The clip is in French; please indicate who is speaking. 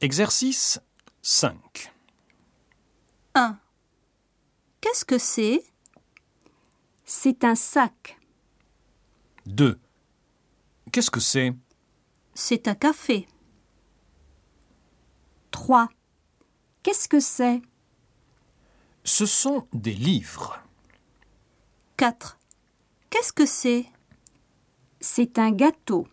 Speaker 1: Exercice 5.
Speaker 2: 1. Qu'est-ce que c'est
Speaker 3: C'est un sac.
Speaker 1: 2. Qu'est-ce que c'est
Speaker 2: C'est un café.
Speaker 3: 3. Qu'est-ce que c'est
Speaker 1: Ce sont des livres.
Speaker 2: 4. Qu'est-ce que c'est
Speaker 3: C'est un gâteau.